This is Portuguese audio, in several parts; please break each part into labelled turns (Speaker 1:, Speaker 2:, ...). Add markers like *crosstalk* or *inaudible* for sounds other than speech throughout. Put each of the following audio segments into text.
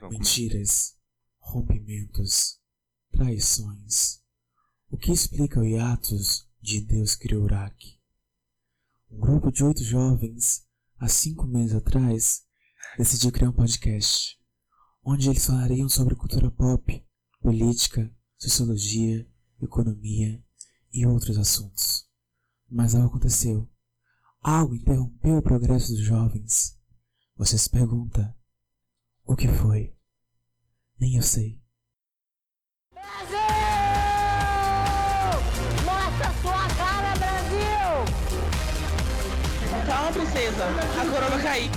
Speaker 1: vão
Speaker 2: Mentiras, rompimentos, traições. O que explica o hiatus de Deus criou Uraque? Um grupo de oito jovens, há cinco meses atrás, decidiu criar um podcast, onde eles falariam sobre cultura pop, política, sociologia, economia e outros assuntos. Mas algo aconteceu. Algo interrompeu o progresso dos jovens. Você se pergunta, o que foi? Nem eu sei.
Speaker 3: Brasil! Mostra sua cara, Brasil!
Speaker 4: Calma, princesa. A corona caiu.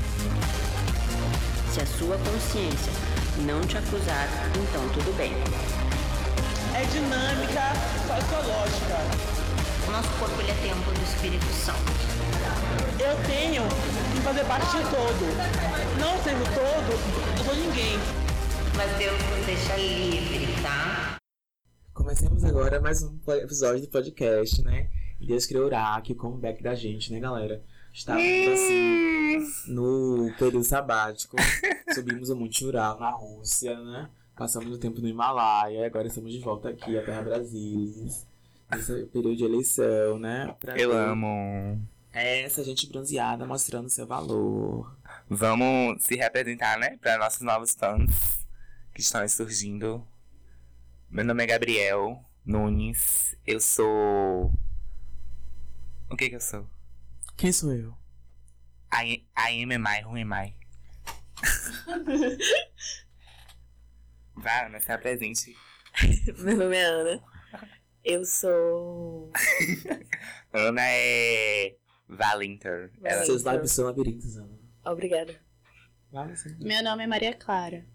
Speaker 5: Se a sua consciência não te acusar, então tudo bem.
Speaker 4: É dinâmica sociológica.
Speaker 5: O nosso corpo ele é templo do Espírito Santo.
Speaker 4: Eu tenho que fazer parte de todo. Não sendo todo, eu sou ninguém.
Speaker 5: Mas Deus nos deixa livre, tá?
Speaker 2: Comecemos agora mais um po- episódio do podcast, né? Deus criou Uraque com o back da gente, né, galera? Estávamos assim no período sabático, *laughs* subimos o Monte Ural na Rússia, né? Passamos o tempo no Himalaia, e agora estamos de volta aqui à Terra Brasilis. Nesse período de eleição, né? Pra
Speaker 1: Eu
Speaker 2: ver
Speaker 1: amo.
Speaker 2: Essa gente bronzeada mostrando seu valor.
Speaker 1: Vamos se representar, né? Para nossos novos fãs que estão aí surgindo. Meu nome é Gabriel Nunes. Eu sou. O que que eu sou?
Speaker 2: Quem sou eu?
Speaker 1: I, I am am I, who am I? Vai, Ana, se apresente.
Speaker 6: Meu nome é Ana. Eu sou.
Speaker 1: Ana é. Valenter. Ela-
Speaker 6: Valenter.
Speaker 2: Seus lábios são labirintos, Ana.
Speaker 6: Obrigada.
Speaker 2: Vai, sim.
Speaker 7: Meu nome é Maria Clara.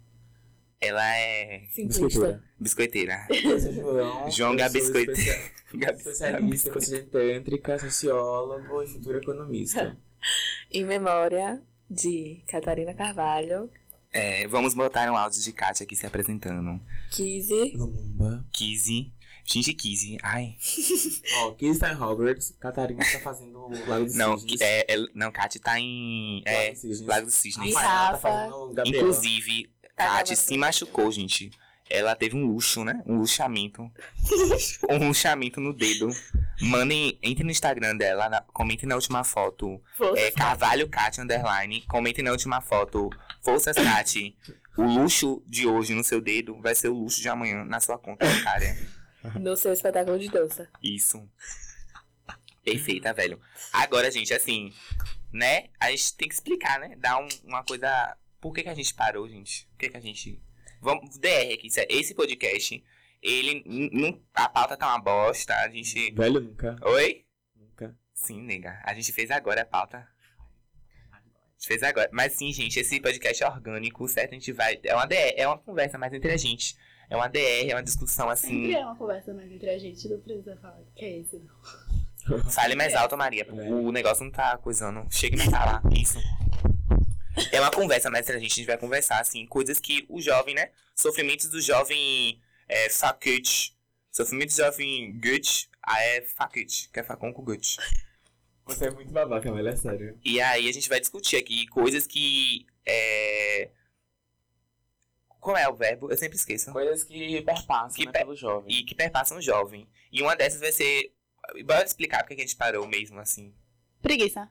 Speaker 1: ela é.
Speaker 6: Simplista.
Speaker 1: Biscoiteira.
Speaker 2: Eu sou João.
Speaker 1: João
Speaker 2: eu sou
Speaker 1: Gabiscoito.
Speaker 2: especial-
Speaker 1: *laughs*
Speaker 2: Especialista em
Speaker 1: Biscoiteira.
Speaker 2: consciência tântrica, sociólogo e futuro *laughs* economista.
Speaker 6: Em memória de Catarina Carvalho,
Speaker 1: É, vamos botar um áudio de Kátia aqui se apresentando.
Speaker 6: Kizzy,
Speaker 2: Lumumba.
Speaker 1: Kizzy. Gente, Kizzy. Ai.
Speaker 2: Ó, Kiz está em Hogwarts. Catarina está fazendo o Lago dos
Speaker 1: Não,
Speaker 2: Cisnes.
Speaker 1: é, é- não Kátia tá em.
Speaker 2: Lago
Speaker 1: É,
Speaker 2: dos Cisnes.
Speaker 1: Lago dos Cisnes.
Speaker 6: Ai, Tá,
Speaker 2: Rafaela tá
Speaker 6: Rafa.
Speaker 2: fazendo o Gabriel.
Speaker 1: Inclusive, Kátia se machucou, gente. Ela teve um luxo, né? Um
Speaker 6: *laughs*
Speaker 1: luxamento. um luxamento no dedo. Mandem, entre no Instagram dela, na- comentem na última foto.
Speaker 6: Força.
Speaker 1: É, Carvalho Kátia Underline. Comentem na última foto. Forças Kátia. O luxo de hoje no seu dedo vai ser o luxo de amanhã na sua conta bancária.
Speaker 6: no seu espetáculo de dança.
Speaker 1: Isso. Perfeita, velho. Agora, gente, assim, né? A gente tem que explicar, né? Dar um- uma coisa. Por que, que a gente parou, gente? Por que, que a gente. Vamos. DR aqui, sério. esse podcast, ele. n- não- A pauta tá uma bosta. A gente.
Speaker 2: Velho nunca.
Speaker 1: Oi?
Speaker 2: Nunca.
Speaker 1: Sim, nega. A gente fez agora a pauta. A gente fez agora. Mas sim, gente, esse podcast é orgânico, certo? A gente vai. É uma DR, é uma conversa mais entre a gente. É uma DR, é uma discussão assim.
Speaker 7: Sempre é uma conversa mais entre a gente, não precisa falar que é esse.
Speaker 1: *laughs*
Speaker 7: não.
Speaker 1: Fale mais alto, Maria. porque O negócio não tá coisando. Chega e me falar. Isso. É uma conversa, mas a gente vai conversar, assim, coisas que o jovem, né? Sofrimentos do jovem é, Fakut. Sofrimentos do jovem Gut. Ah, é Fakut, que é facão com Gut.
Speaker 2: Você é muito babaca, velho. É sério.
Speaker 1: E aí a gente vai discutir aqui coisas que. É... Qual é o verbo? Eu sempre esqueço.
Speaker 2: Coisas que perpassam
Speaker 1: Que
Speaker 2: né,
Speaker 1: pe-
Speaker 2: pelo jovem.
Speaker 1: E que perpassam o jovem. E uma dessas vai ser. Bora explicar porque que a gente parou mesmo, assim.
Speaker 7: Preguiça.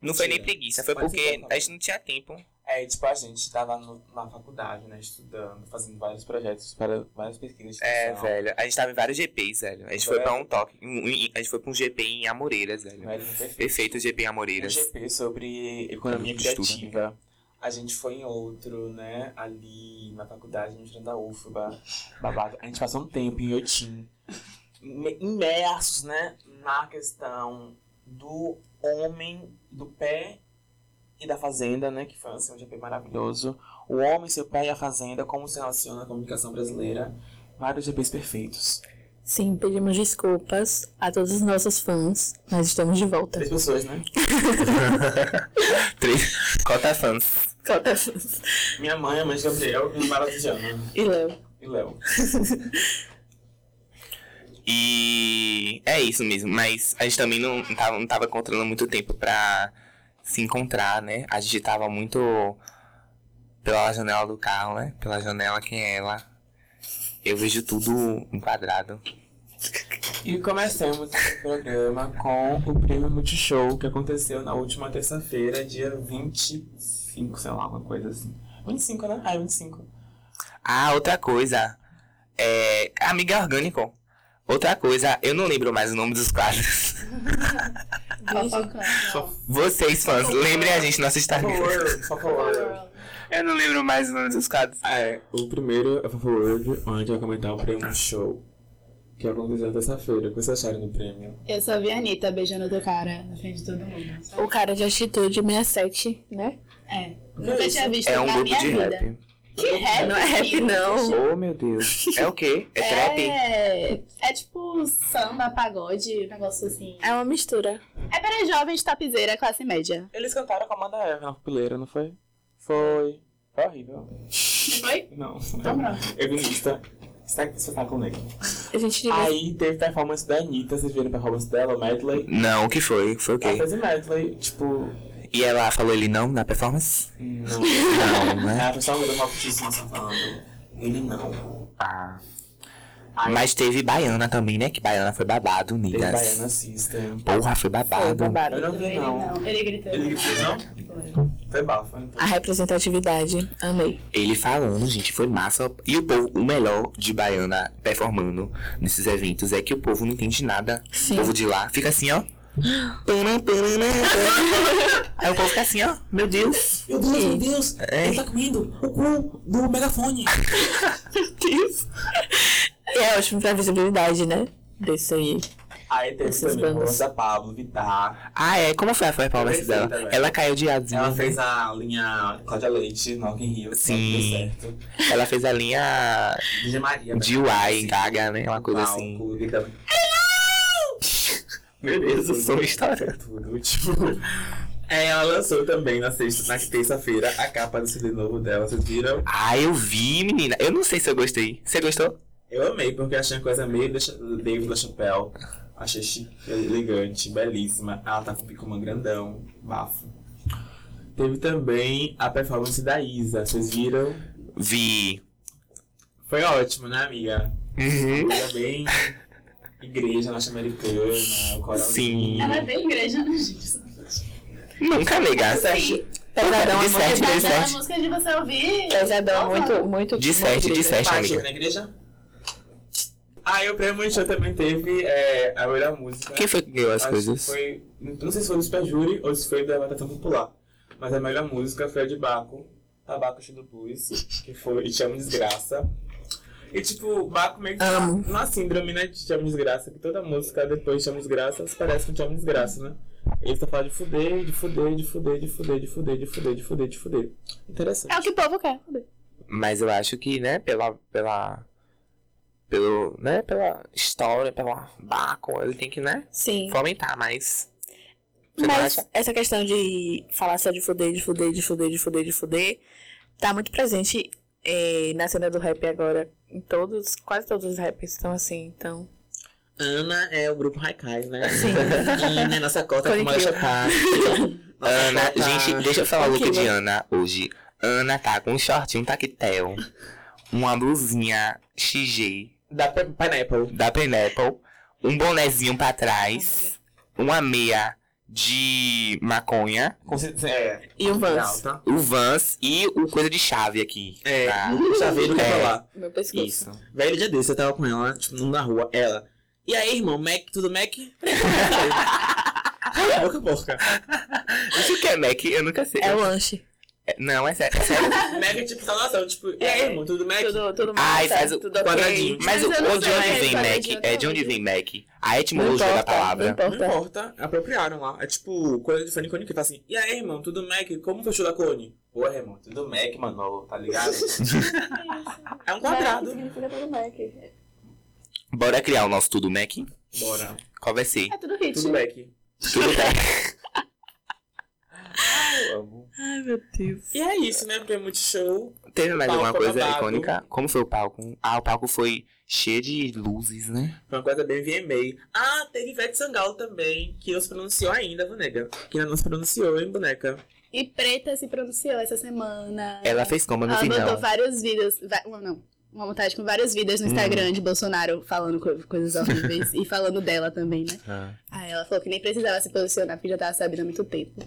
Speaker 1: Não foi nem
Speaker 2: Mentira.
Speaker 1: preguiça, foi
Speaker 2: Mas
Speaker 1: porque
Speaker 2: então tá
Speaker 1: a
Speaker 2: bom.
Speaker 1: gente não tinha tempo.
Speaker 2: É, tipo, a gente tava no- na faculdade, né? Estudando, fazendo vários projetos para várias pesquisas. Então, de
Speaker 1: É,
Speaker 2: extensão.
Speaker 1: velho. A gente tava em vários GPs, velho. A gente foi
Speaker 2: Velho.
Speaker 1: pra um toque. um- um- a gente foi pra um GP em Amoreiras, velho.
Speaker 2: Velho, perfeito.
Speaker 1: Perfeito GP em
Speaker 2: um
Speaker 1: Amoreiras.
Speaker 2: GP sobre economia
Speaker 1: Estudo, né?
Speaker 2: criativa. A gente foi em outro, né? Ali na faculdade, no da UFBA. Babaca. A gente passou um tempo em Iotim. im- Imersos, né? Na questão do homem, do pé e da fazenda, né? Que foi assim, um GP maravilhoso. O homem, seu pé e a fazenda, como se relaciona a comunicação brasileira. Vários GPs perfeitos.
Speaker 6: Sim, pedimos desculpas a todos os nossos fãs, mas estamos de volta.
Speaker 2: Três pessoas, né?
Speaker 1: Três. *laughs* Cota fãs.
Speaker 6: Cota fãs.
Speaker 2: Minha mãe, a mãe de Gabriel e o Maratijana.
Speaker 6: E Léo.
Speaker 2: E Léo.
Speaker 1: E é isso mesmo. Mas a gente também não não tava, não tava encontrando muito tempo pra se encontrar, né? A gente tava muito pela janela do carro, né? Pela janela que é ela. Eu vejo tudo enquadrado.
Speaker 8: E começamos o programa com o prêmio Multishow que aconteceu na última terça-feira, dia 25, sei lá, alguma coisa assim. 25, né? Ah, é 25.
Speaker 1: Ah, outra coisa. É. Amiga Orgânico. Outra coisa, eu não lembro mais o nome dos quadros. Vocês, fãs, lembrem a gente no nosso Instagram.
Speaker 8: World, Fofa World.
Speaker 1: *laughs* Eu não lembro mais o nome dos quadros.
Speaker 8: É, o primeiro é o Fofa World, onde a gente vai comentar o prêmio Multishow que aconteceu na terça-feira. O que vocês acharam do prêmio?
Speaker 7: Eu só vi a Anitta beijando teu cara na frente de todo mundo.
Speaker 6: O cara de atitude 67, né?
Speaker 7: É. Nunca tinha visto
Speaker 1: É um
Speaker 7: na
Speaker 1: grupo
Speaker 7: minha
Speaker 1: de
Speaker 7: vida.
Speaker 1: rap.
Speaker 7: Que rap?
Speaker 6: Não é rap,
Speaker 7: filho?
Speaker 6: não.
Speaker 1: Oh, meu Deus. É o quê? É, trap?
Speaker 7: É, é tipo samba, pagode, um negócio assim.
Speaker 6: É uma mistura.
Speaker 7: É para jovens tapizeira classe média.
Speaker 8: Eles cantaram com a Amanda Eva na pupileira, não foi? Foi. Foi horrível.
Speaker 7: Foi?
Speaker 8: Não.
Speaker 7: Então pronto.
Speaker 8: Eu vi lista. Está tá com espetáculo negro.
Speaker 6: A gente devia.
Speaker 8: Aí teve performance da Anitta, vocês viram a performance dela, o medley.
Speaker 1: Não, o que foi? Foi o
Speaker 8: Ela
Speaker 1: quê?
Speaker 8: fez o medley, tipo.
Speaker 1: E ela falou ele não na performance?
Speaker 8: Não. *laughs*
Speaker 1: Não, né?
Speaker 8: É, a pessoa me deu uma petição
Speaker 2: tá
Speaker 8: assim, falando. Ele não.
Speaker 1: *laughs* Ah. Mas teve Baiana também, né? Que Baiana foi babado,
Speaker 8: Ele Baiana
Speaker 1: Nidas.
Speaker 8: System.
Speaker 1: Porra, foi babado.
Speaker 6: Foi babado.
Speaker 8: Eu não vi,
Speaker 7: Ele
Speaker 8: não.
Speaker 7: não. Ele gritou.
Speaker 8: Ele gritou, não? Foi bafo, então.
Speaker 6: A representatividade. Amei.
Speaker 1: Ele falando, gente, foi massa. E o povo, o melhor de Baiana performando nesses eventos é que o povo não entende nada. O povo de lá fica *gasps* assim, ó. Pum, pum, pum, pum. Aí o povo fica assim, ó. Meu Deus.
Speaker 2: Meu Deus, meu Deus!
Speaker 1: É.
Speaker 2: Ele tá comendo o cu do megafone!
Speaker 6: E é ótimo pra visibilidade, né? Desse aí.
Speaker 8: Aí teve
Speaker 6: Essas
Speaker 8: também
Speaker 6: bandas.
Speaker 8: Rosa Pablo, Vittar.
Speaker 1: Ah, é. Como foi a performance
Speaker 8: Perfeita,
Speaker 1: dela?
Speaker 8: velho.
Speaker 1: Ela caiu de asinha.
Speaker 8: Ela fez a linha Cláudia Leite, Rock in Rio. que
Speaker 1: Uhum. Sim.
Speaker 8: Deu certo.
Speaker 1: Ela fez a *laughs* linha
Speaker 8: DJ Maria.
Speaker 1: de
Speaker 8: né?
Speaker 1: UI, Gaga, né? Uma coisa
Speaker 8: Palco,
Speaker 1: assim.
Speaker 8: gritando.
Speaker 1: Meu Deus, o som estourou.
Speaker 8: tudo, tipo. É, ela lançou também na sexta, na terça-feira, a capa do CD novo dela, vocês viram?
Speaker 1: Ah, eu vi, menina. Eu não sei se eu gostei. Você gostou?
Speaker 8: Eu amei, porque achei uma coisa meio da Cha- David LaChapelle. Achei chique, elegante, belíssima. Ela tá com o picumã grandão, bafo. Teve também a performance da Isa, vocês viram?
Speaker 1: Vi.
Speaker 8: Foi ótimo, né, amiga?
Speaker 1: Uhum.
Speaker 8: Coisa bem igreja norte-americana, o coral.
Speaker 1: Sim.
Speaker 7: Ela tem igreja, né, gente?
Speaker 1: Nunca negasse.
Speaker 6: Pesadão é
Speaker 1: de
Speaker 6: muito
Speaker 1: sete, de
Speaker 7: Aquela
Speaker 1: sete.
Speaker 7: música de você ouvir.
Speaker 6: Pesadão,
Speaker 7: Nossa,
Speaker 6: É, muito, muito.
Speaker 1: De sete, de sete,
Speaker 8: Parte
Speaker 1: amiga.
Speaker 8: na né, igreja? Ah, e o prêmio Multishow também teve é, a melhor música.
Speaker 1: Quem foi que ganhou as
Speaker 8: Acho
Speaker 1: coisas?
Speaker 8: que foi. Não sei se foi do Super Júri ou se foi da votação popular. Mas a melhor música foi a de Baco, Tabaco Cheio do Blues, que foi Te Amo Desgraça. E tipo, Baco meio que tá
Speaker 6: Amo.
Speaker 8: numa síndrome, né? De Te Amo Desgraça, que toda música depois de Te Amo Desgraça se parece com Te Amo Desgraça, né? Ele tá falando de fuder, de fuder, de fuder, de fuder, de fuder, de fuder, de fuder,
Speaker 1: *laughs*
Speaker 8: de fuder. Interessante.
Speaker 7: É o que o povo quer.
Speaker 1: Mas eu acho que, né, pela. pela. Pelo, né, pela história, pela Baco, ele tem que, né,
Speaker 6: Sim.
Speaker 1: fomentar mais. Você não
Speaker 6: Mas
Speaker 1: acha?
Speaker 6: essa questão de falar só de fuder, de fuder, de fuder, de fuder, de fuder, tá muito presente eh, na cena do rap agora. Em todos, quase todos os rappers estão assim, então.
Speaker 8: Ana é o grupo Haikai, né?
Speaker 6: Sim.
Speaker 8: Ana é nossa cota
Speaker 6: Foi
Speaker 8: com Mara
Speaker 6: incrível.
Speaker 8: Chapá.
Speaker 1: Ana, gente, deixa eu falar o look
Speaker 6: Aquilo.
Speaker 1: de Ana hoje. Ana tá com um shortinho taquetel, uma blusinha XG
Speaker 8: Da Pe- Pineapple.
Speaker 1: da Pineapple, um bonezinho pra trás, uma meia de maconha,
Speaker 8: Com certeza, é.
Speaker 6: E o Vans,
Speaker 8: Alta.
Speaker 1: o Vans e o coisa de chave aqui.
Speaker 8: É,
Speaker 1: tá?
Speaker 8: chaveiro que
Speaker 1: É.
Speaker 8: é. lá.
Speaker 6: meu pescoço.
Speaker 1: Isso.
Speaker 8: Velho dia desse, eu tava com ela, tipo, na rua, ela. E aí, irmão, Mac, tudo Mac? boca a boca.
Speaker 1: Isso que é Mac, eu nunca sei.
Speaker 6: É o lanche.
Speaker 1: É, Não, é sério. É sério.
Speaker 8: Mac é tipo saudação, tipo, e aí, irmão, tudo Mac?
Speaker 6: Tudo, tudo
Speaker 1: Ai,
Speaker 6: certo,
Speaker 1: faz o
Speaker 6: Ah, tá, tudo ok.
Speaker 1: quadradinho. Mas, o-
Speaker 7: Mas eu não
Speaker 1: de
Speaker 7: sei,
Speaker 1: onde vem
Speaker 7: eu não
Speaker 1: Mac?
Speaker 7: sei, eu
Speaker 1: É de
Speaker 7: não
Speaker 1: onde
Speaker 7: sei.
Speaker 1: vem Mac? A
Speaker 6: Não
Speaker 1: etimologia
Speaker 6: importa,
Speaker 1: da
Speaker 6: não
Speaker 1: palavra.
Speaker 8: Não
Speaker 6: importa.
Speaker 8: importa, apropriaram lá. É tipo, coisa de Fanny Cone que fala assim, e aí, irmão, tudo Mac? Como foi o show da Cone? Porra, irmão, tudo Mac, mano, tá ligado? *laughs* é um quadrado.
Speaker 1: Bora criar o nosso tudo Mac?
Speaker 8: Bora.
Speaker 1: Qual vai ser?
Speaker 7: É tudo hit.
Speaker 8: Tudo Mac.
Speaker 1: Tudo Mac.
Speaker 8: Eu amo.
Speaker 6: Ai, meu Deus.
Speaker 8: E é isso, né? Porque é muito show.
Speaker 1: Teve mais
Speaker 8: Palco
Speaker 1: alguma coisa
Speaker 8: babado.
Speaker 1: icônica? Como foi o palco? Ah, o palco foi cheio de luzes, né?
Speaker 8: Foi uma coisa bem VMA. Ah, teve Ivete Sangalo também, que não se pronunciou ainda, boneca. Que ainda não se pronunciou, hein, boneca.
Speaker 7: E Preta se pronunciou essa semana.
Speaker 1: Ela fez como no
Speaker 7: Ela
Speaker 1: final?
Speaker 7: É. Ah, mandou vários vídeos. va- Uma não. Uma montagem com vários vídeos
Speaker 1: Hum.
Speaker 7: no Instagram de Bolsonaro falando co- coisas horríveis e falando dela também, né?
Speaker 1: Ah.
Speaker 7: Aí ela falou que nem precisava se posicionar porque já tava sabendo há muito tempo.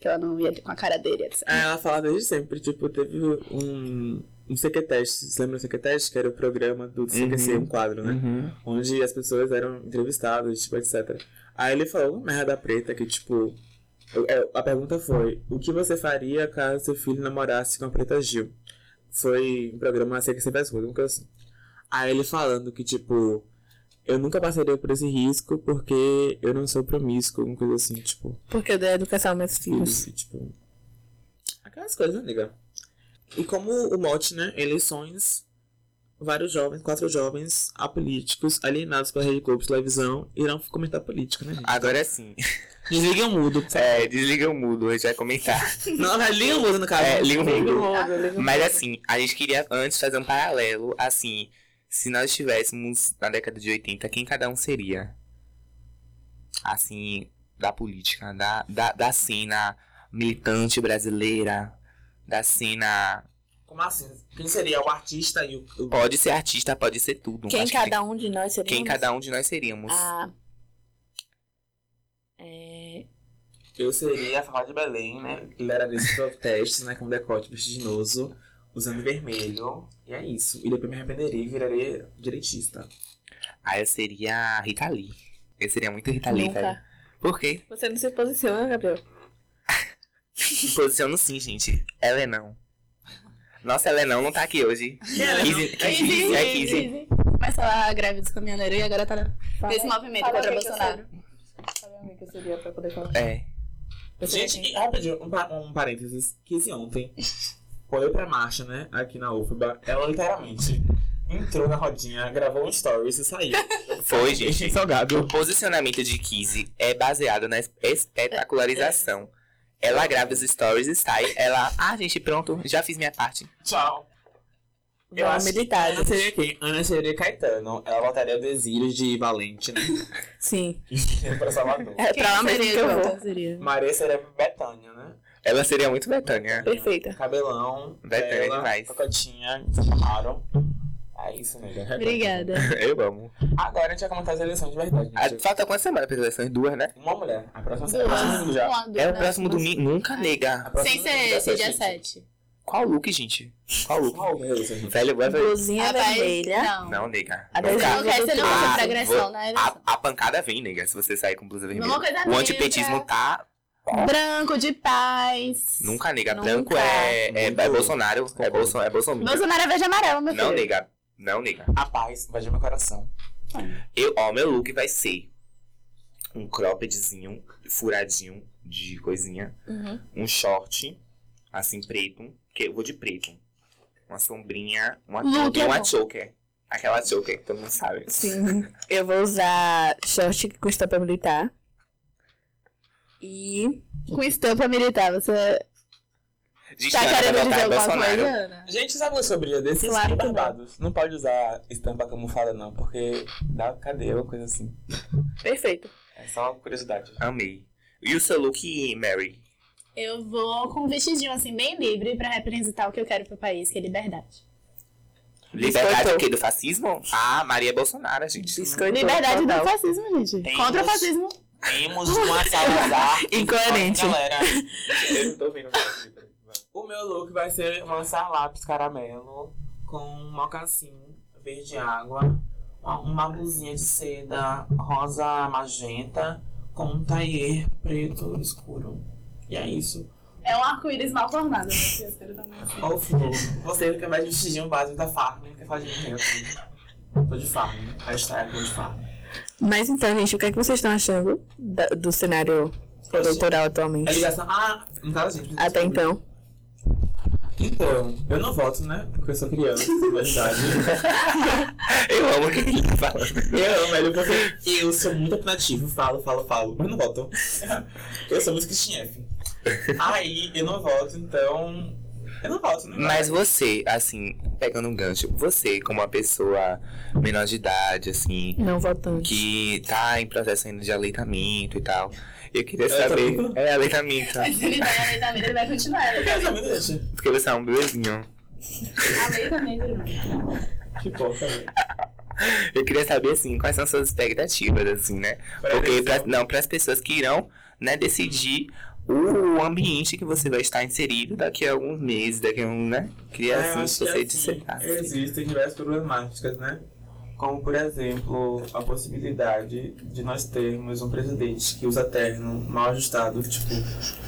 Speaker 7: Que ela não ia com a cara dele, etc.
Speaker 8: Ah, ela fala desde sempre, tipo, teve um, um Sequetest, vocês lembram do Sequetest? Que era o programa do CQC, um quadro, né?
Speaker 1: Uhum.
Speaker 8: Onde as pessoas eram entrevistadas, tipo, etc. Aí ele falou uma merda preta que, tipo, eu- é, a pergunta foi, o que você faria caso seu filho namorasse com a preta Gil? Foi um programa CQC Faz Rudo, nunca assim. Aí ele falando que, tipo, eu nunca passaria por esse risco porque eu não sou promíscuo, alguma coisa assim, tipo...
Speaker 6: Porque eu dei educação aos meus filhos.
Speaker 8: E, tipo. Aquelas coisas, né, nega? E como o mote, né? Eleições. Vários jovens, quatro jovens apolíticos, alienados pela rede Globo de televisão, irão comentar política, né, gente?
Speaker 1: Agora sim.
Speaker 8: Desliguem o mudo.
Speaker 1: É, desliga o mudo, a gente vai comentar.
Speaker 8: Não, vai, liga o mudo no caso.
Speaker 1: É, liga o mudo.
Speaker 8: Liga o mudo, liga o mudo.
Speaker 1: Mas assim, a gente queria antes fazer um paralelo, assim, se nós estivéssemos na década de 80, quem cada um seria? Assim, da política, da, da, da cena militante brasileira, da cena.
Speaker 8: Como assim? Quem seria o artista e o. o-
Speaker 1: Pode ser artista, pode ser tudo.
Speaker 6: Quem
Speaker 1: Acho que
Speaker 6: cada um de nós seria?
Speaker 1: quem cada um de nós seríamos.
Speaker 6: Ah. É,
Speaker 8: Eu seria a Fafá de Belém, né? Ele era desses protestos, né? Com decote vertiginoso, usando vermelho. E é isso. E depois me arrependeria e viraria direitista.
Speaker 1: Ah, eu seria a Rita Lee. Eu seria muito Rita Lee,
Speaker 6: nunca.
Speaker 1: velho. Por quê?
Speaker 6: Você não se posiciona, Gabriel.
Speaker 1: Me Posiciono sim, gente. Ela é não. Nossa, ela é não, não tá aqui hoje. Kizzy- Kizzy- É Kizzy.
Speaker 7: Começa lá grávida dos caminhoneiros e agora tá nesse movimento contra Bolsonaro.
Speaker 1: É.
Speaker 8: Gente, e rapidinho, um, pa- um parênteses. 15 ontem, quando eu pra marcha, né, aqui na UFBA, ela literalmente entrou na rodinha, gravou um stories e saiu.
Speaker 1: Foi, gente. O
Speaker 8: Salgado.
Speaker 1: posicionamento de Kizzy é baseado na es- espetacularização. Ela grava os stories e sai. Ela, ah, gente, pronto, já fiz minha parte.
Speaker 8: Tchau. Eu
Speaker 6: Não,
Speaker 8: acho que
Speaker 6: militar.
Speaker 8: Ana seria quem? Ana seria Caetano. Ela voltaria do exílio de Valente, né? *laughs*
Speaker 6: Sim.
Speaker 8: pra Salvador.
Speaker 6: É pra lá mesmo que eu vou.
Speaker 8: Maria seria Betânia, né?
Speaker 1: Ela seria muito Betânia.
Speaker 6: Perfeita.
Speaker 8: Cabelão,
Speaker 1: Betânia
Speaker 8: Bela,
Speaker 1: demais.
Speaker 8: Cocotinha, se amaram. É isso, nega.
Speaker 7: Obrigada.
Speaker 1: Eu amo.
Speaker 8: Agora a gente vai comentar as eleições de verdade.
Speaker 1: Ah,
Speaker 8: gente.
Speaker 1: Falta quantas semanas para as eleições? Duas, né?
Speaker 8: Uma mulher. A próxima semana já.
Speaker 1: É
Speaker 6: né?
Speaker 1: o próximo domingo. Nunca,
Speaker 8: A
Speaker 1: nega.
Speaker 7: Sem
Speaker 8: próxima semana
Speaker 7: ser esse dia
Speaker 8: gente.
Speaker 7: 7.
Speaker 1: Qual look, gente? Qual look?
Speaker 8: Qual é isso, gente?
Speaker 1: Velho, vai ver.
Speaker 6: Blusinha vermelha.
Speaker 7: Ah, Não.
Speaker 1: Não, Ah, nega.
Speaker 6: A é
Speaker 1: Nunca.
Speaker 7: Não quer, você não
Speaker 1: Ah,
Speaker 7: usa pra agressão,
Speaker 1: vou-
Speaker 7: né?
Speaker 1: A, a pancada vem, nega, se você sair com blusa vermelha.
Speaker 7: Mesma coisa
Speaker 1: O
Speaker 7: negra.
Speaker 1: Um antipetismo tá.
Speaker 7: Branco de paz.
Speaker 1: Nunca, nega.
Speaker 6: Nunca.
Speaker 1: Branco é, é, é
Speaker 8: Muito.
Speaker 1: Bolsonaro. É, Bolson, é Bolsonaro.
Speaker 7: Bolsonaro é verde e amarelo, meu
Speaker 1: Não,
Speaker 7: filho.
Speaker 1: nega. Não, nega.
Speaker 8: A paz invadiu meu coração.
Speaker 1: Eu, ó, meu look vai ser um croppedzinho, furadinho de coisinha. Um short, assim, preto. Que eu vou de preto. Uma sombrinha, uma
Speaker 7: Look
Speaker 1: tanga e
Speaker 7: é
Speaker 1: uma
Speaker 7: bom.
Speaker 1: choker. Aquela choker que todo mundo sabe.
Speaker 6: Sim. Eu vou usar short com estampa militar. E.
Speaker 7: Com estampa militar, você
Speaker 6: é
Speaker 1: Gente,
Speaker 7: tá
Speaker 1: Ana vai
Speaker 7: querendo
Speaker 1: votar
Speaker 7: dizer
Speaker 1: em
Speaker 7: alguma
Speaker 1: Bolsonaro.
Speaker 7: coisa, Ana?
Speaker 8: Gente, sabe uma sobrinha desses
Speaker 7: Claro
Speaker 8: claro,
Speaker 7: que não.
Speaker 8: barbados? Não pode usar estampa camuflada, não, porque dá cadeia ou coisa assim.
Speaker 6: Perfeito.
Speaker 8: É só uma curiosidade.
Speaker 1: Amei. E o seu look, Mary?
Speaker 7: Eu vou com um vestidinho assim, bem livre, pra representar o que eu quero pro país, que é liberdade.
Speaker 1: Liberdade
Speaker 6: Biscoito.
Speaker 1: o quê? Do fascismo? Ah, Maria Bolsonaro, gente.
Speaker 6: Biscoito.
Speaker 7: liberdade do
Speaker 6: total.
Speaker 7: fascismo, gente.
Speaker 8: Temos-
Speaker 7: Contra o fascismo.
Speaker 8: Temos uma Salazar.
Speaker 6: *laughs* Incoerente.
Speaker 8: Galera, eu não tô ouvindo. O meu look vai ser um lançar lápis caramelo com um mocassim verde água, uma, uma blusinha de seda rosa magenta com um taillé preto escuro. E é isso.
Speaker 7: É um arco-íris mal formado. né? Que eu espero também ser.
Speaker 8: Ô, Flor, você que é mais vestidinho básico da Farm, né, que faz de tempo. Tô de Farm, hashtag tô de Farm.
Speaker 6: Mas então, gente, o que, é que vocês estão achando da- do cenário eleitoral
Speaker 8: A
Speaker 6: atualmente?
Speaker 8: ligação. Ah, não tava gente.
Speaker 6: Até então.
Speaker 8: Então, eu não voto, né? Porque eu sou criança, na verdade. *laughs*
Speaker 1: Eu amo o que ele tá fala.
Speaker 8: Eu amo ele porque eu sou muito opinativo, falo, falo, falo, mas não voto. Eu sou muito Christian F. Aí eu não voto, então Eu não posso, né?
Speaker 1: Mas você, assim, pegando um gancho, você como uma pessoa menor de idade, assim,
Speaker 6: Não votante.
Speaker 1: que tá em processo ainda de aleitamento e tal, eu queria saber.
Speaker 8: Aleitamento?
Speaker 1: É aleitamento.
Speaker 7: Mas ele tá vai aleitamento, ele vai continuar. Ele
Speaker 8: Mas também deixa.
Speaker 1: Porque você é um bebezinho.
Speaker 7: aleitamento, irmão.
Speaker 8: Que porca, né?
Speaker 1: Eu queria saber, assim, quais são suas expectativas, assim, né?
Speaker 8: Pra
Speaker 1: Porque,
Speaker 8: eleição.
Speaker 1: pra- não, para as pessoas que irão, né, decidir o ambiente que você vai estar inserido daqui a alguns meses, daqui a um, né? Queria,
Speaker 8: Ah, eu
Speaker 1: assim,
Speaker 8: acho que,
Speaker 1: você
Speaker 8: assim,
Speaker 1: dissertar.
Speaker 8: Existem diversas problemáticas, né? Como, por exemplo, a possibilidade de nós termos um presidente que usa terno mal ajustado, tipo,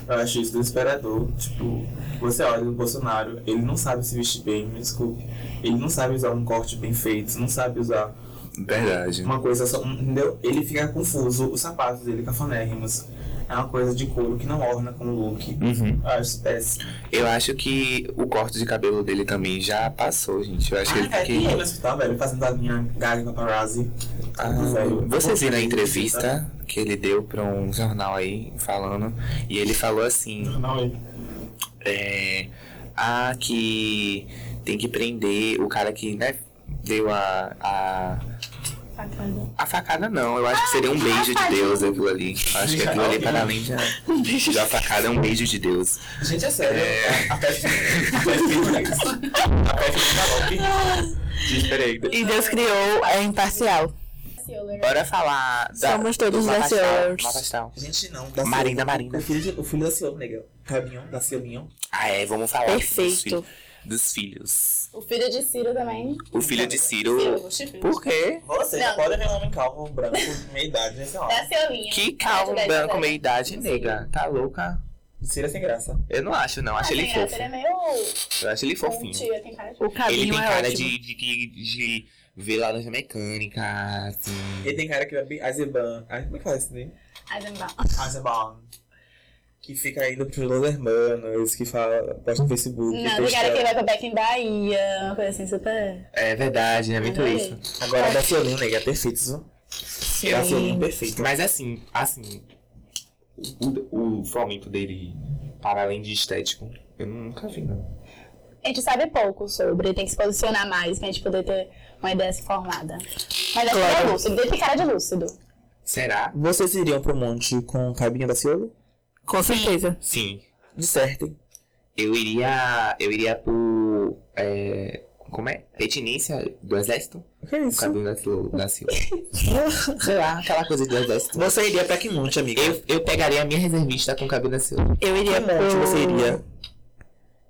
Speaker 8: eu acho isso desesperador. Tipo, você olha o Bolsonaro, ele não sabe se vestir bem, me desculpe. Ele não sabe usar um corte bem feito, não sabe usar
Speaker 1: Verdade.
Speaker 8: uma coisa só, um- entendeu? Ele fica confuso, os sapatos dele cafonérrimos. É uma coisa de couro que não orna com o look.
Speaker 1: Uhum.
Speaker 8: Eu acho isso péssimo.
Speaker 1: Eu acho que o corte de cabelo dele também já passou, gente. Eu acho que ele
Speaker 8: Ah, é,
Speaker 1: tem
Speaker 8: e
Speaker 1: que.
Speaker 8: ele no hospital, velho, fazendo a minha gaga paparazzi.
Speaker 1: Ah, vocês viram a entrevista que ele deu pra um jornal aí falando. E ele falou assim.
Speaker 8: Não, ele-
Speaker 1: é, ah, que tem que prender o cara que, né, deu a. a
Speaker 7: Tá
Speaker 1: Facada. A facada não, eu acho que seria um beijo de Deus aquilo ali. Eu Acho que aquilo ali é para além de,
Speaker 6: *laughs*
Speaker 1: de uma facada é um beijo de Deus.
Speaker 8: Gente, é sério. A peça A
Speaker 1: *laughs*
Speaker 8: peça
Speaker 6: E Deus criou é imparcial.
Speaker 1: Bora falar da,
Speaker 6: Somos todos
Speaker 1: do Mapastal,
Speaker 6: brasileiros.
Speaker 1: Mapastal.
Speaker 8: Gente, não. Da
Speaker 1: Marina,
Speaker 8: Silva.
Speaker 1: Marina.
Speaker 8: O filho, de- o filho da Ciolo, nega. Rabinho, da Ciolinho.
Speaker 1: Ah, é, vamos falar Dos,
Speaker 6: Perfeito.
Speaker 1: filhos, dos filhos.
Speaker 7: O filho de Ciro também.
Speaker 1: O filho de Ciro. Por quê?
Speaker 8: Você
Speaker 7: Não. É.
Speaker 8: já pode ver um homem calvo, branco, meia idade, né? Sei lá.
Speaker 7: Da Ciolinha.
Speaker 1: Que calvo
Speaker 7: é Verdade,
Speaker 1: branco,
Speaker 7: verdade.
Speaker 1: meia idade, nega. Tá louca?
Speaker 8: Cira sem graça.
Speaker 1: Eu não acho, não. Acho
Speaker 7: Ah,
Speaker 1: ele
Speaker 7: tem graça,
Speaker 1: fofo.
Speaker 7: Ele é meio
Speaker 1: Eu acho ele fofinho.
Speaker 7: tia, tem cara de...
Speaker 6: O
Speaker 1: Ele
Speaker 6: caminho
Speaker 1: tem
Speaker 6: é
Speaker 1: cara
Speaker 6: ótimo.
Speaker 1: de, de, de, de ver laranja mecânica, assim.
Speaker 8: Ele tem cara que vai bem. Azeban. Ai, Como é que fala isso, né?
Speaker 7: Eisenbach.
Speaker 8: Azeban. Que fica indo pros Los Hermanos, que fala, posta no Facebook.
Speaker 7: Não, tem
Speaker 8: posta-
Speaker 7: cara que vai pra Back in Bahia, uma coisa assim super...
Speaker 1: É verdade, é muito
Speaker 7: Adorei.
Speaker 1: isso.
Speaker 8: Agora, da Ciolinho, nega, é perfeito. isso. É Da Ciolinho, perfeito.
Speaker 1: Mas assim, assim, o, o fomento dele, para além de estético, eu nunca vi, não.
Speaker 7: A gente sabe pouco sobre, tem que se posicionar mais pra gente poder ter uma ideia assim formada. Mas acho que ele é lúcido, ele tem cara de lúcido.
Speaker 1: Será?
Speaker 8: Vocês iriam pro monte com o cabinho da Ciolo?
Speaker 6: Com certeza.
Speaker 1: Sim.
Speaker 8: Dissertem.
Speaker 1: Eu iria. Eu iria por. É, como é? Retinência do exército?
Speaker 8: O que é
Speaker 1: O
Speaker 8: isso?
Speaker 1: cabelo da Sil- da
Speaker 8: *laughs*
Speaker 1: Silva. Sei lá, aquela coisa do exército.
Speaker 8: Você iria pra que monte, amiga?
Speaker 1: Eu, eu pegaria a minha reservista com o cabelo da Silva. Tipo,
Speaker 6: Eu iria
Speaker 1: é?
Speaker 8: Que monte
Speaker 6: pro
Speaker 8: você iria?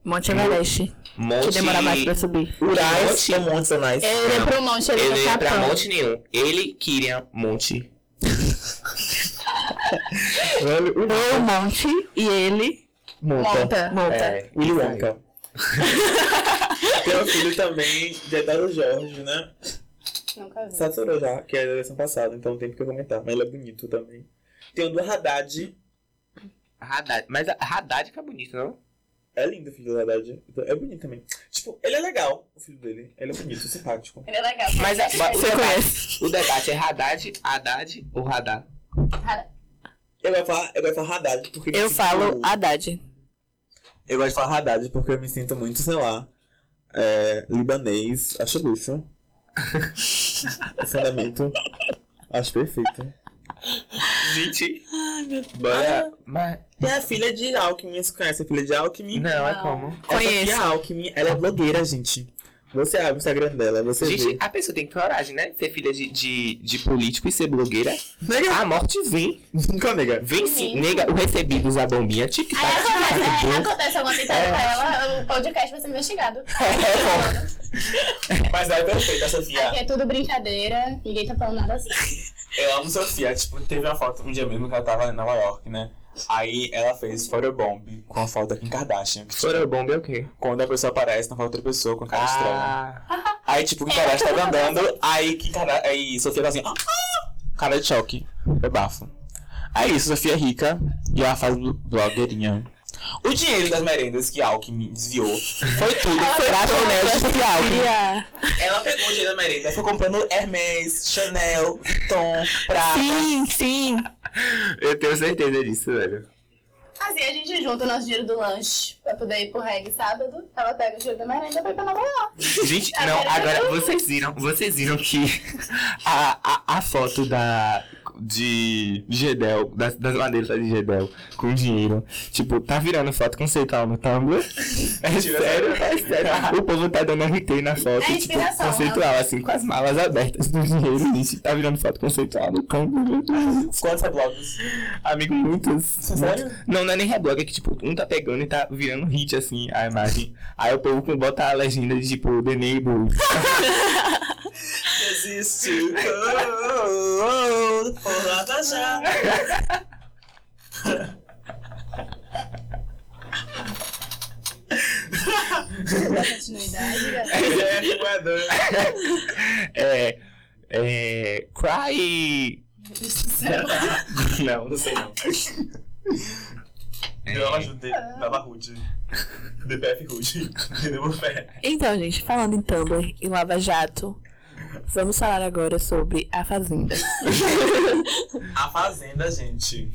Speaker 6: Monte Everest, que
Speaker 1: Monte.
Speaker 6: demora mais pra subir.
Speaker 8: Urais ou Monte Sanais?
Speaker 7: Eu ia pro Monte ali
Speaker 1: Eu não
Speaker 7: no
Speaker 8: é
Speaker 1: ia pra
Speaker 7: Capão.
Speaker 1: monte nenhum. Ele queria
Speaker 8: *laughs*
Speaker 1: monte.
Speaker 6: Eu monte e ele
Speaker 7: Monta.
Speaker 6: monta.
Speaker 1: É,
Speaker 8: Willy *laughs* Wonka. Tem um filho também de Adoro Jorge, né?
Speaker 7: Nunca vi.
Speaker 8: Saturou já, que é da versão passada, então não tem porque comentar. Mas ele é bonito também. Tem o do Haddad.
Speaker 1: Haddad. Mas a Haddad fica bonito, não?
Speaker 8: É lindo o filho do Haddad. É bonito também. Tipo, ele é legal, o filho dele. Ele é bonito, simpático.
Speaker 7: Ele é legal.
Speaker 1: Mas a- ba-
Speaker 6: Você conhece?
Speaker 1: o debate é Haddad, Haddad ou Haddad?
Speaker 8: Eu gosto de falar, eu gosto de falar Haddad
Speaker 1: tá
Speaker 8: porque...
Speaker 6: Eu
Speaker 8: tipo,
Speaker 6: falo Haddad.
Speaker 8: Eu gosto de falar Haddad porque eu me sinto muito, sei lá, é, libanês. Acho luxo. o fundamento. Acho perfeito.
Speaker 1: Gente.
Speaker 8: Bora.
Speaker 1: Mas.
Speaker 8: Tem a filha de Alckmin. Você conhece a filha de Alckmin?
Speaker 1: Não, é como.
Speaker 8: Essa aqui é a Alckmin. Ela é blogueira, gente. Você abre o Instagram dela, você
Speaker 1: Gente,
Speaker 8: vê.
Speaker 1: a pessoa tem coragem, né? Ser filha de, de, de político e ser blogueira. A morte vem.
Speaker 8: Nunca, nega.
Speaker 1: Vem sim. Nega, o recebido usa a bombinha. Tic-tac.
Speaker 7: Aí
Speaker 6: Tá
Speaker 7: acontece, é,
Speaker 1: tic-tac.
Speaker 7: acontece alguma pitada pra ela, o podcast vai ser
Speaker 6: *laughs*
Speaker 7: investigado.
Speaker 8: É, Mas ela é perfeita, a
Speaker 7: Aqui
Speaker 8: Sofia.
Speaker 7: é tudo brincadeira, ninguém tá falando nada assim.
Speaker 8: Eu amo Sofia. Tipo, teve uma foto um dia mesmo que ela tava em Nova York, né? Aí ela fez photobomb com a foto da Kim Kardashian. que, tipo,
Speaker 1: Forobomba é o quê?
Speaker 8: Quando a pessoa aparece, não fala outra pessoa com a cara estranha.
Speaker 1: Ah,
Speaker 8: Aí, tipo, Kim Kardashian tava andando, aí, Kim Karda- aí Sofia tá assim, "Ah, ah", cara de choque. É bafo. Aí isso, Sofia é rica e ela faz blo- blogueirinha. O dinheiro das merendas que Alckmin desviou foi tudo pra Chanel de Alckmin.
Speaker 6: Queria-
Speaker 8: Ela pegou o dinheiro da merenda, foi comprando Hermes, Chanel, Tom, Prada.
Speaker 6: Sim, sim.
Speaker 1: eu tenho certeza disso, velho.
Speaker 7: Assim, a gente junta o nosso dinheiro do lanche pra poder ir pro reggae sábado. Ela pega o dinheiro da merenda e vai pra Nova York.
Speaker 1: Gente, não, agora vocês viram, vocês viram que a, a, a foto da de Gedel, das, das madeiras de Gedel com dinheiro, tipo, tá virando foto conceitual no Tumblr. tá, É
Speaker 8: Tira
Speaker 1: sério,
Speaker 8: essa.
Speaker 1: é sério. O povo tá dando RT na foto,
Speaker 7: É
Speaker 1: tipo,
Speaker 7: inspiração,
Speaker 1: conceitual, assim, com as malas abertas do dinheiro, gente. Tá virando foto conceitual no Tumblr.
Speaker 8: Quantos blogs?
Speaker 1: Amigo, muitas.
Speaker 8: sério?
Speaker 1: muitas. Não, não é nem reblog, é que, tipo, um tá pegando e tá virando hit, assim, a imagem. Aí o povo bota a legenda de, tipo, The Neighbor. *laughs*
Speaker 8: Existe. Oh, oh, oh, oh, lá tá já.
Speaker 7: Dá
Speaker 6: *laughs*
Speaker 7: continuidade, galera.
Speaker 8: É, não é doido.
Speaker 1: é, é. Cry. *laughs*
Speaker 7: é
Speaker 1: não, não sei não.
Speaker 8: Eu ajudei Baba Rude. DPF *laughs* Rude. Entendeu? Fé.
Speaker 6: Então, gente, falando em Tumblr e Lava Jato, vamos falar agora sobre a
Speaker 8: *laughs*
Speaker 6: Fazenda.
Speaker 8: A Fazenda, gente.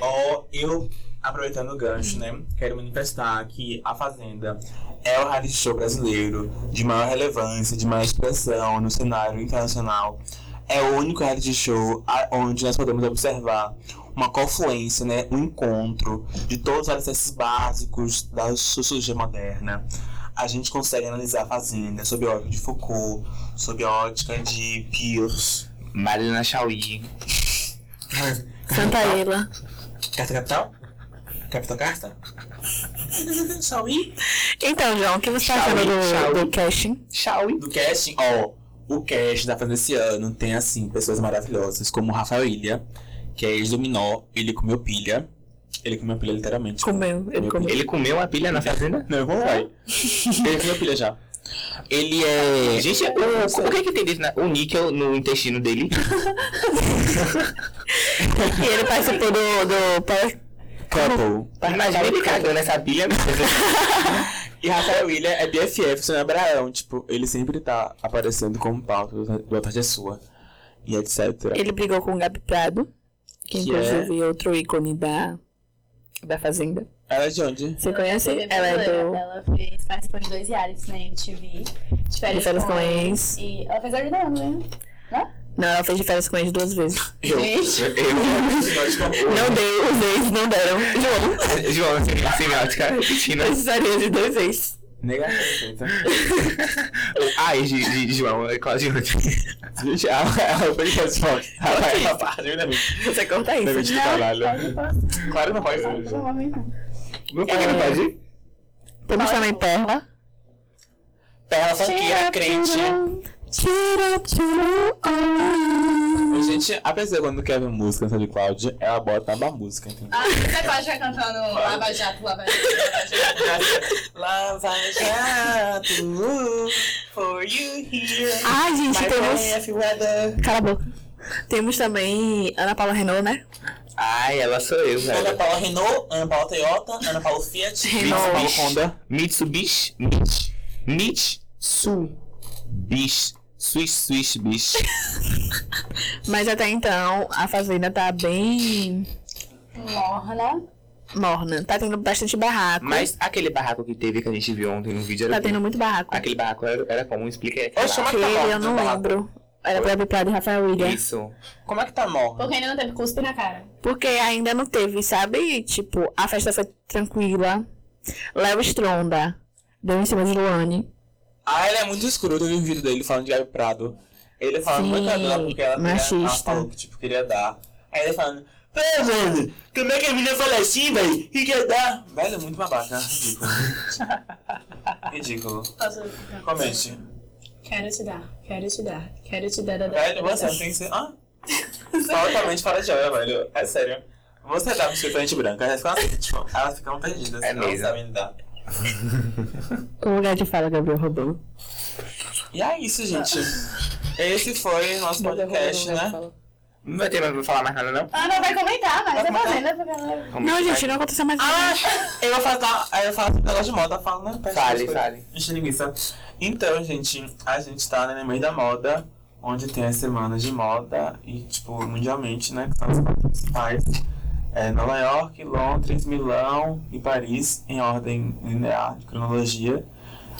Speaker 8: Ó, eu, aproveitando o gancho, né? Quero manifestar que A Fazenda é o reality show brasileiro de maior relevância, de maior expressão no cenário internacional. É o único reality show a- onde nós podemos observar uma confluência, né? Um encontro de todos os alicerces básicos da sociologia moderna. A gente consegue analisar a Fazenda sob a ótica de Foucault, sob a ótica de Pierce.
Speaker 1: Marina Chauí.
Speaker 6: Santa Ela.
Speaker 8: Carta capital? Capital carta? Saúde?
Speaker 6: Então, João, o que você tá achando
Speaker 1: Chau,
Speaker 6: do,
Speaker 1: chau.
Speaker 6: do casting?
Speaker 1: Chauí.
Speaker 8: Do casting, ó. O casting da Fazenda esse ano tem, assim, pessoas maravilhosas, como o Rafael Ilha, que é ex-dominó, ele comeu pilha. Ele comeu pilha literalmente.
Speaker 6: Comeu, ele comeu.
Speaker 1: Ele comeu a pilha na fazenda?
Speaker 8: Não, eu vou lá. Ele comeu pilha já. Ele é.
Speaker 1: Gente, o, o que é que tem dentro na, o níquel no intestino dele?
Speaker 6: *laughs* E ele participou do, do Power
Speaker 8: Couple.
Speaker 1: Imagina ele cagando essa pilha.
Speaker 8: E Rafael William é BFF, do Sônia Abraão. Tipo, ele sempre tá aparecendo como pauta do do A Tarde é Sua. E etc.
Speaker 6: Ele brigou com o Gabi Prado, que,
Speaker 8: Que
Speaker 6: inclusive é outro ícone da, da Fazenda.
Speaker 8: Ela é de onde?
Speaker 6: Você conhece?
Speaker 7: Você
Speaker 6: Ela é
Speaker 7: brasileira,
Speaker 6: do.
Speaker 7: Ela fez, participou de dois realities na MTV. De
Speaker 6: De
Speaker 7: férias,
Speaker 6: Férias com Ex.
Speaker 7: E ela fez a Ariana, né?
Speaker 6: Não, ela fez de férias com eles duas
Speaker 8: *laughs*
Speaker 6: vezes.
Speaker 1: Eu, eu,
Speaker 6: Não deu, os ex não deram. João,
Speaker 1: eu, João, você fica semiótica
Speaker 8: né?
Speaker 1: repetindo.
Speaker 6: precisaria de dois ex.
Speaker 8: Nega *laughs* perfeita. Ah,
Speaker 1: Ai, de, de, de João, é quase outro.
Speaker 8: *laughs* Gente, ela, ela foi de resposta. Ela é capaz, ainda bem.
Speaker 6: Você corta
Speaker 8: Ainda bem
Speaker 6: isso.
Speaker 8: de
Speaker 1: né?
Speaker 8: trabalho. Claro que não
Speaker 1: É,
Speaker 8: pode. Não pode, não pode.
Speaker 6: Temos também Perla.
Speaker 8: Perla Fanqueira, é crente. né?
Speaker 6: Tira, tira, ah.
Speaker 8: Gente, a pessoa quando quer ver música no SoundCloud, ela bota aba música, entendeu?
Speaker 7: Ah, você pode ficar cantando Lava Jato, Lava Jato.
Speaker 8: Lava Jato, for you here.
Speaker 6: Ai, gente, temos.
Speaker 8: BF weather.
Speaker 6: Cala a boca. Temos também Ana Paula Renault, né?
Speaker 1: Ai, ela sou eu,
Speaker 8: Ana
Speaker 1: velho.
Speaker 8: Paula Renault, Ana Paula Toyota, Ana Paula Fiat,
Speaker 6: Renault.
Speaker 8: Ana Paula Honda.
Speaker 1: Mitsubishi. Mitsubishi. Mitsubishi. Swish, swish, bicho.
Speaker 6: Mas até então a fazenda tá bem
Speaker 7: Morna.
Speaker 6: morna. Tá tendo bastante barraco.
Speaker 1: Mas aquele barraco que teve que a gente viu ontem no vídeo era.
Speaker 6: Tá tendo muito barraco.
Speaker 1: Aquele barraco era, era como? Explica aí. aquele
Speaker 8: Oxe,
Speaker 1: barraco.
Speaker 8: mas tá
Speaker 6: Aquele
Speaker 8: bom,
Speaker 6: eu não
Speaker 8: tá bom.
Speaker 6: lembro. Era pra Bipiada e Rafael William.
Speaker 1: Isso.
Speaker 8: Como é que tá morna?
Speaker 7: Porque ainda não teve cuspe na cara.
Speaker 6: Porque ainda não teve, sabe? Tipo, a festa foi tranquila. Léo Stronda deu em cima de Luane.
Speaker 8: Ah, ele é muito escroto, eu vi um vídeo dele falando de Gabi Prado. Ele falando
Speaker 6: Sim,
Speaker 8: muita dela porque ela, queria- ela
Speaker 6: machista.
Speaker 8: falou que tipo, queria dar. Aí ele falando, pô, mano, como é que a menina fala assim, velho? Que quer dar? Velho, é muito babaca. Ridículo. Ridículo. Comente.
Speaker 7: Quero te dar, quero te dar, quero te dar. dar, dar,
Speaker 8: Velho,
Speaker 7: dar,
Speaker 8: você
Speaker 7: dar.
Speaker 8: tem que ser. Ah? Totalmente fora de hora, velho. É sério. Você dá pro escritorante branca, elas ficam assim, tipo, elas ficam perdidas.
Speaker 1: É
Speaker 8: elas não
Speaker 1: mesmo.
Speaker 8: sabem dar.
Speaker 6: O Um lugar de fala, Gabriel roubou.
Speaker 8: E é isso, gente. Esse foi o nosso podcast, né?
Speaker 1: Não vai ter mais pra falar mais nada, não?
Speaker 7: Ana vai comentar, mas é fazenda, porque ela...
Speaker 1: Como
Speaker 6: Não,
Speaker 1: que
Speaker 6: gente,
Speaker 1: vai?
Speaker 6: não aconteceu mais
Speaker 8: Ah,
Speaker 6: nada.
Speaker 8: eu vou falar, aí eu falo negócio de moda, eu falo, né? Peço
Speaker 1: Fale,
Speaker 8: desculpa.
Speaker 1: fale.
Speaker 8: Enche linguiça. Então, gente, a gente tá né, no meio da moda, onde tem as semanas de moda e, tipo, mundialmente, né? Que são as quatro principais. É, Nova York, Londres, Milão e Paris, em ordem linear de cronologia.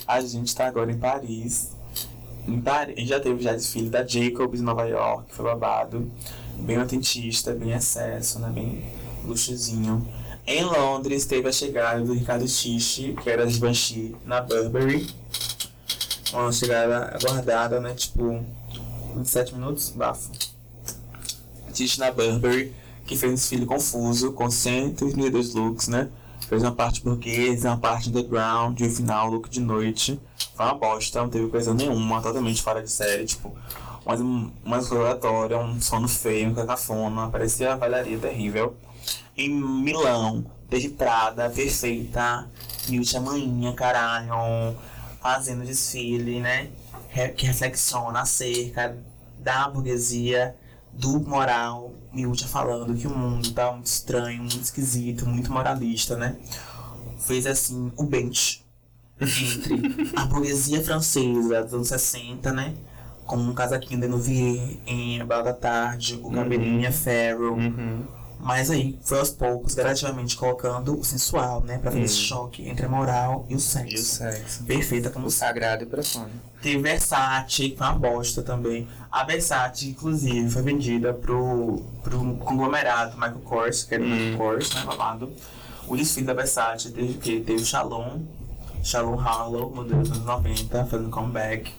Speaker 8: A gente está agora em Paris. Em Paris, a gente já teve já desfile da Jacobs em Nova York, que foi babado. Bem autentista, bem excesso, né? Bem luxozinho. Em Londres teve a chegada do Ricardo Tiche, que era de Banshee, na Burberry. Uma chegada aguardada, né? Tipo, 27 minutos, bafo. Tiche na Burberry, que fez um desfile confuso, com 132 looks, né? Fez uma parte burguesa, uma parte underground, e o final, look de noite. Foi uma bosta, não teve coisa nenhuma, totalmente fora de série, tipo... Mas uma exploratória, um sono feio, um cacafona, parecia uma bailarina terrível. Em Milão, teve Prada, perfeita, Miltia Maninha, caralho, fazendo desfile, né? Re- que reflexiona acerca da burguesia, do moral. Miltia falando que o mundo tá muito estranho, muito esquisito, muito moralista, né? Fez assim o bench *laughs* entre a burguesia francesa dos anos 60, né? Como um casaquinho de Nouvier em A Bela da Tarde, o cabelinho uhum. Farrell.
Speaker 1: Uhum.
Speaker 8: Mas aí foi aos poucos, gradativamente colocando o sensual, né? Pra fazer esse choque entre a moral e o sexo.
Speaker 1: Hum. E o sexo.
Speaker 8: Perfeita como
Speaker 1: O sagrado e profano.
Speaker 8: Teve Versace, que foi uma bosta também. A Versace, inclusive, foi vendida pro, pro conglomerado Michael Kors, que era o
Speaker 1: Hum.
Speaker 8: Michael Kors, né, babado. O desfile da Versace teve o quê? Teve o Shalom, Shalom Harlow, modelo dos anos 90,
Speaker 1: *laughs*
Speaker 8: fazendo comeback.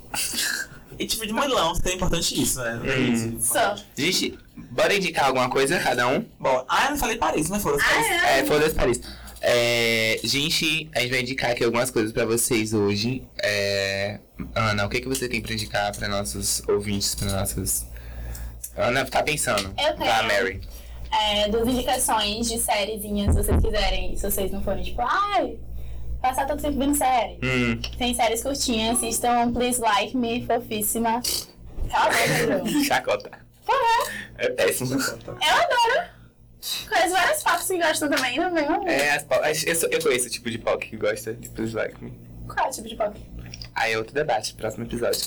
Speaker 8: E tipo, de Milão, é importante isso, né?
Speaker 1: Hum.
Speaker 9: Só.
Speaker 1: Gente, bora indicar alguma coisa, cada um?
Speaker 8: Bom, ah, eu não falei Paris, mas foram os Paris.
Speaker 1: É, foda-se Paris. É, gente, a gente vai indicar aqui algumas coisas pra vocês hoje. É, Ana, o que, que você tem pra indicar pra nossos ouvintes, pra nossos... Ana, tá pensando.
Speaker 7: Eu tenho.
Speaker 1: Tá, Mary.
Speaker 7: é, duas indicações de sériezinhas, se vocês quiserem. Se vocês não forem, tipo, ai, passar tanto tempo vendo série.
Speaker 1: Hum.
Speaker 7: Tem séries curtinhas, assistam Please Like Me, fofíssima. Tá Cala a boca, Ju.
Speaker 1: Chacota.
Speaker 7: Porra,
Speaker 1: É péssimo.
Speaker 7: eu adoro. Conheço vários papos que gostam também, não vem amor.
Speaker 1: É, as pau- eu, sou- eu conheço o tipo de pau que gosta de Please Like Me.
Speaker 7: Qual é o tipo de pop?
Speaker 1: Aí é outro debate, próximo episódio.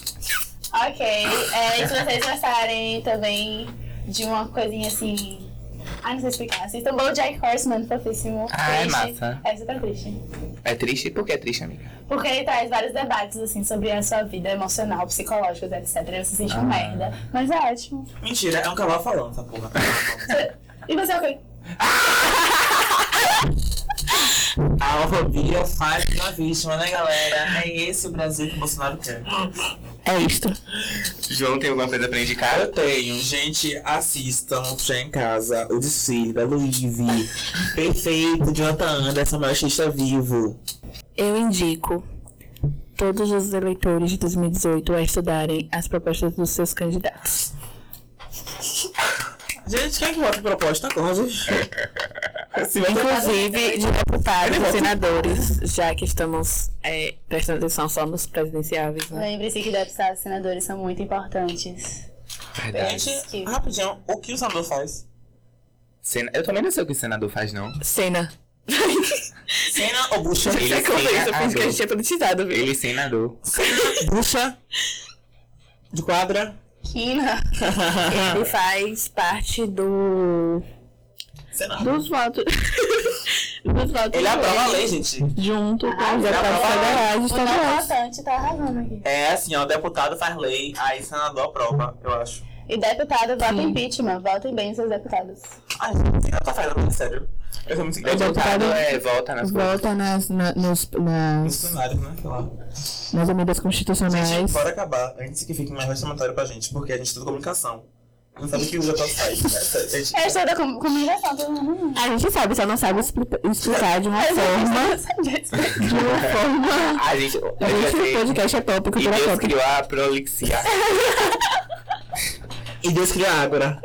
Speaker 7: Ok, é, e se vocês gostarem também de uma coisinha assim... Ai, não sei explicar. Assistam BoJack Horseman, fofíssimo.
Speaker 1: Ah, é
Speaker 7: Triste.
Speaker 1: massa.
Speaker 7: É super triste.
Speaker 1: É triste? Por que é triste, amiga?
Speaker 7: Porque ele traz vários debates, assim, sobre a sua vida emocional, psicológica, etc. Você se sente uma merda. Mas é ótimo.
Speaker 8: Mentira, é um cavalo falando essa porra.
Speaker 7: E você é o quê?
Speaker 8: A homofobia faz uma vítima, né, galera? É esse o Brasil que o Bolsonaro quer.
Speaker 6: É isto.
Speaker 1: João, tem alguma coisa pra indicar?
Speaker 8: Eu tenho, gente, assistam já em casa o desfile da Luíve. Perfeito, Jonathan Anderson, maior artista vivo.
Speaker 6: Eu indico todos os eleitores de 2018 a estudarem as propostas dos seus candidatos.
Speaker 8: Gente, quem é que vota em proposta contra? Se vai ter-
Speaker 6: Inclusive de deputados e senadores, já que estamos é, prestando atenção só nos presidenciáveis, né?
Speaker 7: Lembre-se que deputados e senadores são muito importantes.
Speaker 1: Verdade.
Speaker 8: Gente, rapidinho, o que o senador faz?
Speaker 1: Sena- Eu também não sei o que o senador faz, não.
Speaker 6: Cena.
Speaker 8: Cena ou bucha?
Speaker 1: Ele é
Speaker 6: Já contei isso, eu
Speaker 1: senador.
Speaker 6: fiz que a gente tinha politizado, viu?
Speaker 1: Ele é senador.
Speaker 8: Bucha de quadra.
Speaker 7: Kina.
Speaker 6: Ele
Speaker 1: Ah.
Speaker 6: faz parte do.
Speaker 8: Senado.
Speaker 6: dos *laughs* votos. dos votos.
Speaker 8: Ele aprova a lei, gente.
Speaker 6: Junto com os
Speaker 8: ele
Speaker 6: deputados
Speaker 8: aprova a lei.
Speaker 6: federais e
Speaker 7: O não
Speaker 6: estaduais.
Speaker 7: votante tá arrasando aqui.
Speaker 8: É assim, ó, deputado faz lei, aí senador aprova, eu acho.
Speaker 7: E deputado, vota impeachment. Votem bem seus deputados.
Speaker 8: Ai, gente, ela tá fazendo sério. Eu sou muito
Speaker 1: Deputado,
Speaker 6: deputado
Speaker 1: é volta nas coisas.
Speaker 6: Volta nas, na- nos- nas,
Speaker 8: funcionário, né? Sei lá.
Speaker 6: nas emendas constitucionais.
Speaker 8: Gente, bora acabar, antes que fique mais orçamentário pra gente, porque a gente estuda comunicação. Não sabe o que usa pra site. né? A gente-
Speaker 7: Eu estou da com- comunicação, todo mundo.
Speaker 6: A gente sabe, só não sabe explica- explicar de uma forma. De uma
Speaker 1: *laughs*
Speaker 6: forma.
Speaker 1: A
Speaker 6: A gente,
Speaker 1: gente.
Speaker 6: o
Speaker 1: vai ter-
Speaker 6: podcast é top,
Speaker 1: E
Speaker 6: cultura é
Speaker 1: Deus
Speaker 6: top.
Speaker 1: criou a prolixia.
Speaker 8: *laughs* E Deus criou a Ágora.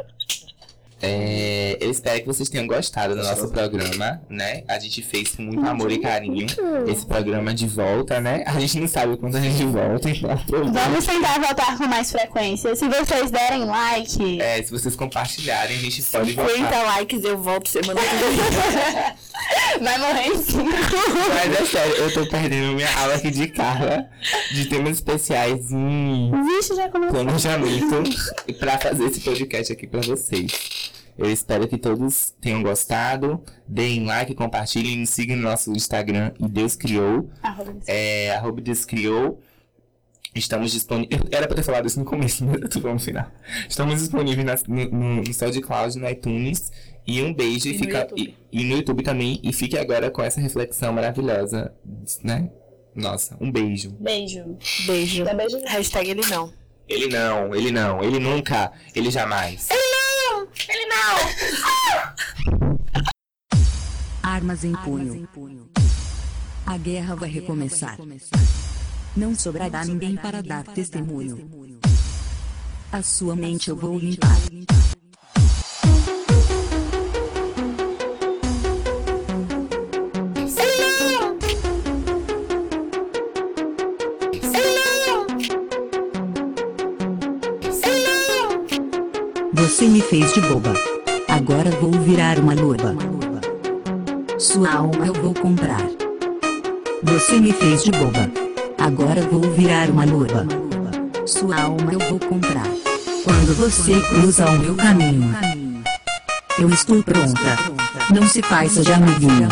Speaker 1: É, eu espero que vocês tenham gostado do nosso programa, né? A gente fez com muito amor e carinho esse programa de volta, né? A gente não sabe quando a gente volta, então aproveita.
Speaker 7: Vamos tentar votar com mais frequência. Se vocês derem like. *laughs*
Speaker 1: É, se vocês compartilharem, a gente pode
Speaker 6: 50
Speaker 1: voltar.
Speaker 6: likes, eu volto semana que vem.
Speaker 7: Vai morrer em cima.
Speaker 1: Mas é sério, eu tô perdendo minha aula aqui de Carla de temas especiais em
Speaker 7: Vixe, já começou.
Speaker 1: *laughs* planejamento pra fazer esse podcast aqui pra vocês. Eu espero que todos tenham gostado. Deem like, compartilhem, nos sigam no nosso Instagram e Deus Criou.
Speaker 7: Arroba Deus
Speaker 1: É, arroba Deus Criou. Estamos disponíveis. Era pra ter falado isso no começo, mas eu tô falando no final. Estamos disponíveis nas- no, no, no SoundCloud, no iTunes. E um beijo e,
Speaker 10: E no
Speaker 1: fica.
Speaker 10: YouTube.
Speaker 1: E, e no YouTube também. E fique agora com essa reflexão maravilhosa, né? Nossa, um beijo.
Speaker 7: Beijo.
Speaker 6: Beijo.
Speaker 7: Dá beijo.
Speaker 6: Hashtag ele não.
Speaker 1: Ele não, ele não, ele nunca, ele jamais.
Speaker 7: Ele não!
Speaker 2: Armas em punho. A guerra vai recomeçar. Não sobrará ninguém para dar testemunho. A sua mente eu vou limpar. Você me fez de boba. Agora vou virar uma loba. Sua alma eu vou comprar. Você me fez de boba. Agora vou virar uma loba. Sua alma eu vou comprar. Quando você cruza o meu caminho, eu estou pronta. Não se faça de amiguinho.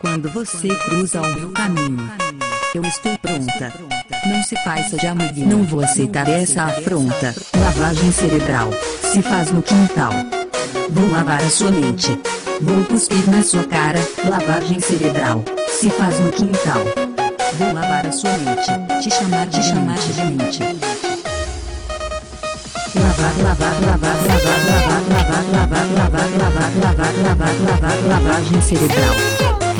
Speaker 2: Quando você cruza o meu caminho, eu estou pronta. Não se faça de amiguinho. Não vou aceitar essa afronta. Lavagem cerebral se faz no quintal. Vou lavar a sua mente. Vou cuspir na sua cara. Lavagem cerebral se faz no quintal. Vou lavar a sua mente. Te chamar de chamar de mente. Lavar, lavar, lavar, lavar, lavar, lavar, lavar, lavar, lavar, lavar, lavar, lavar, lavagem cerebral.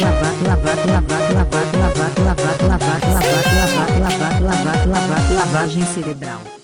Speaker 2: Lavar, lavar, lavar, lavar, lavar, lavar, lavar, lavar, lavar, lavar, lavar, lavagem cerebral.